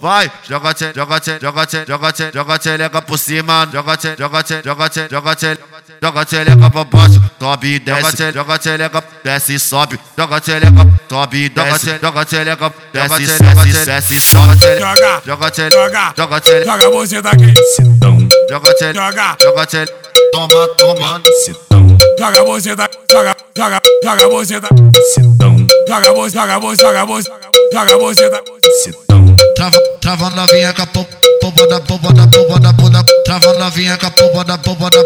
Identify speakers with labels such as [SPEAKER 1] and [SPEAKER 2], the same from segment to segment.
[SPEAKER 1] vai, joga te, joga te, joga te, joga te, joga teleca por cima, joga te, joga te, joga te, joga te, joga teleca pra baixo, sobe e desce, joga teleca, desce e sobe, joga teleca, sobe e desce, joga teleca, desce, e desce, desce, e sobe,
[SPEAKER 2] Joga,
[SPEAKER 1] joga teleca,
[SPEAKER 2] joga,
[SPEAKER 1] joga teleca,
[SPEAKER 2] joga você daqui. Sentão,
[SPEAKER 1] joga teleca,
[SPEAKER 2] joga,
[SPEAKER 1] joga teleca, toma, toma,
[SPEAKER 2] sentão. Joga você daqui, joga, joga, joga você daqui. Sentão, joga você, joga você, joga você, joga você daqui. Sentão,
[SPEAKER 3] Trava, trava novinha com a po- pomba da pomba da pomba da bunda. Trava novinha com a pomba da pomba da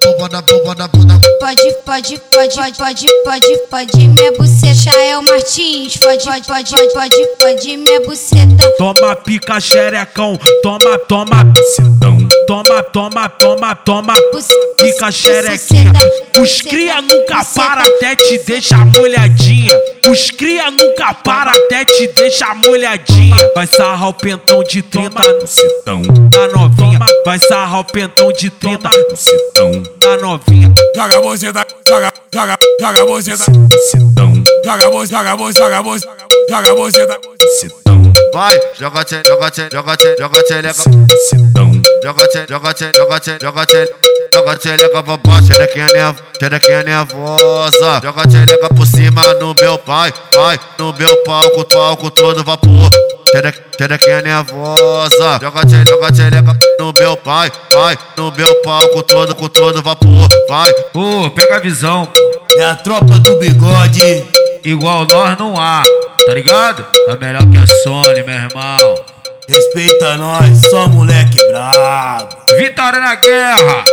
[SPEAKER 3] pomba da pomba da bunda.
[SPEAKER 4] Pode, pode, pode, pode, pode, pode, pode, minha buceta é o Martins. Pode, pode, pode, pode, pode, minha buceta.
[SPEAKER 5] Toma pica xerecão, toma, toma,
[SPEAKER 2] sentão,
[SPEAKER 5] toma, toma, toma, toma.
[SPEAKER 4] buce-
[SPEAKER 5] Pica
[SPEAKER 4] buce-
[SPEAKER 5] xerequinha.
[SPEAKER 4] buceta,
[SPEAKER 5] Os cria
[SPEAKER 4] buceta,
[SPEAKER 5] nunca
[SPEAKER 4] buceta.
[SPEAKER 5] para até te deixar molhadinha. Os cria nunca para até te deixar molhadinha. Vai sarrar o pentão de 30
[SPEAKER 2] sentão,
[SPEAKER 5] na novinha. Vai sarrar o pentão de 30
[SPEAKER 2] sentão.
[SPEAKER 5] na novinha.
[SPEAKER 2] Joga você daqui, joga, joga, joga você daqui. Sentão, joga você, joga você, joga você, joga você daqui. Sentão,
[SPEAKER 1] vai, joga te, joga te, joga te, joga teleca.
[SPEAKER 2] sentão.
[SPEAKER 1] joga te, joga te, joga te, joga te, joga te lega pra baixo, xerequinha nerv- xerequinha é nervosa, joga te lega por cima no meu pai, vai, no meu palco, palco todo vapor, é, Xere- xerequinha nervosa, joga te, joga te lega no meu pai, vai, no meu palco todo com todo vapor, vai,
[SPEAKER 6] Pô, pega a visão, pô.
[SPEAKER 7] É a tropa do bigode.
[SPEAKER 6] igual nós não há, tá ligado? É melhor que a Sony, meu irmão.
[SPEAKER 7] Respeita nós, só moleque brabo.
[SPEAKER 6] Vitória na guerra!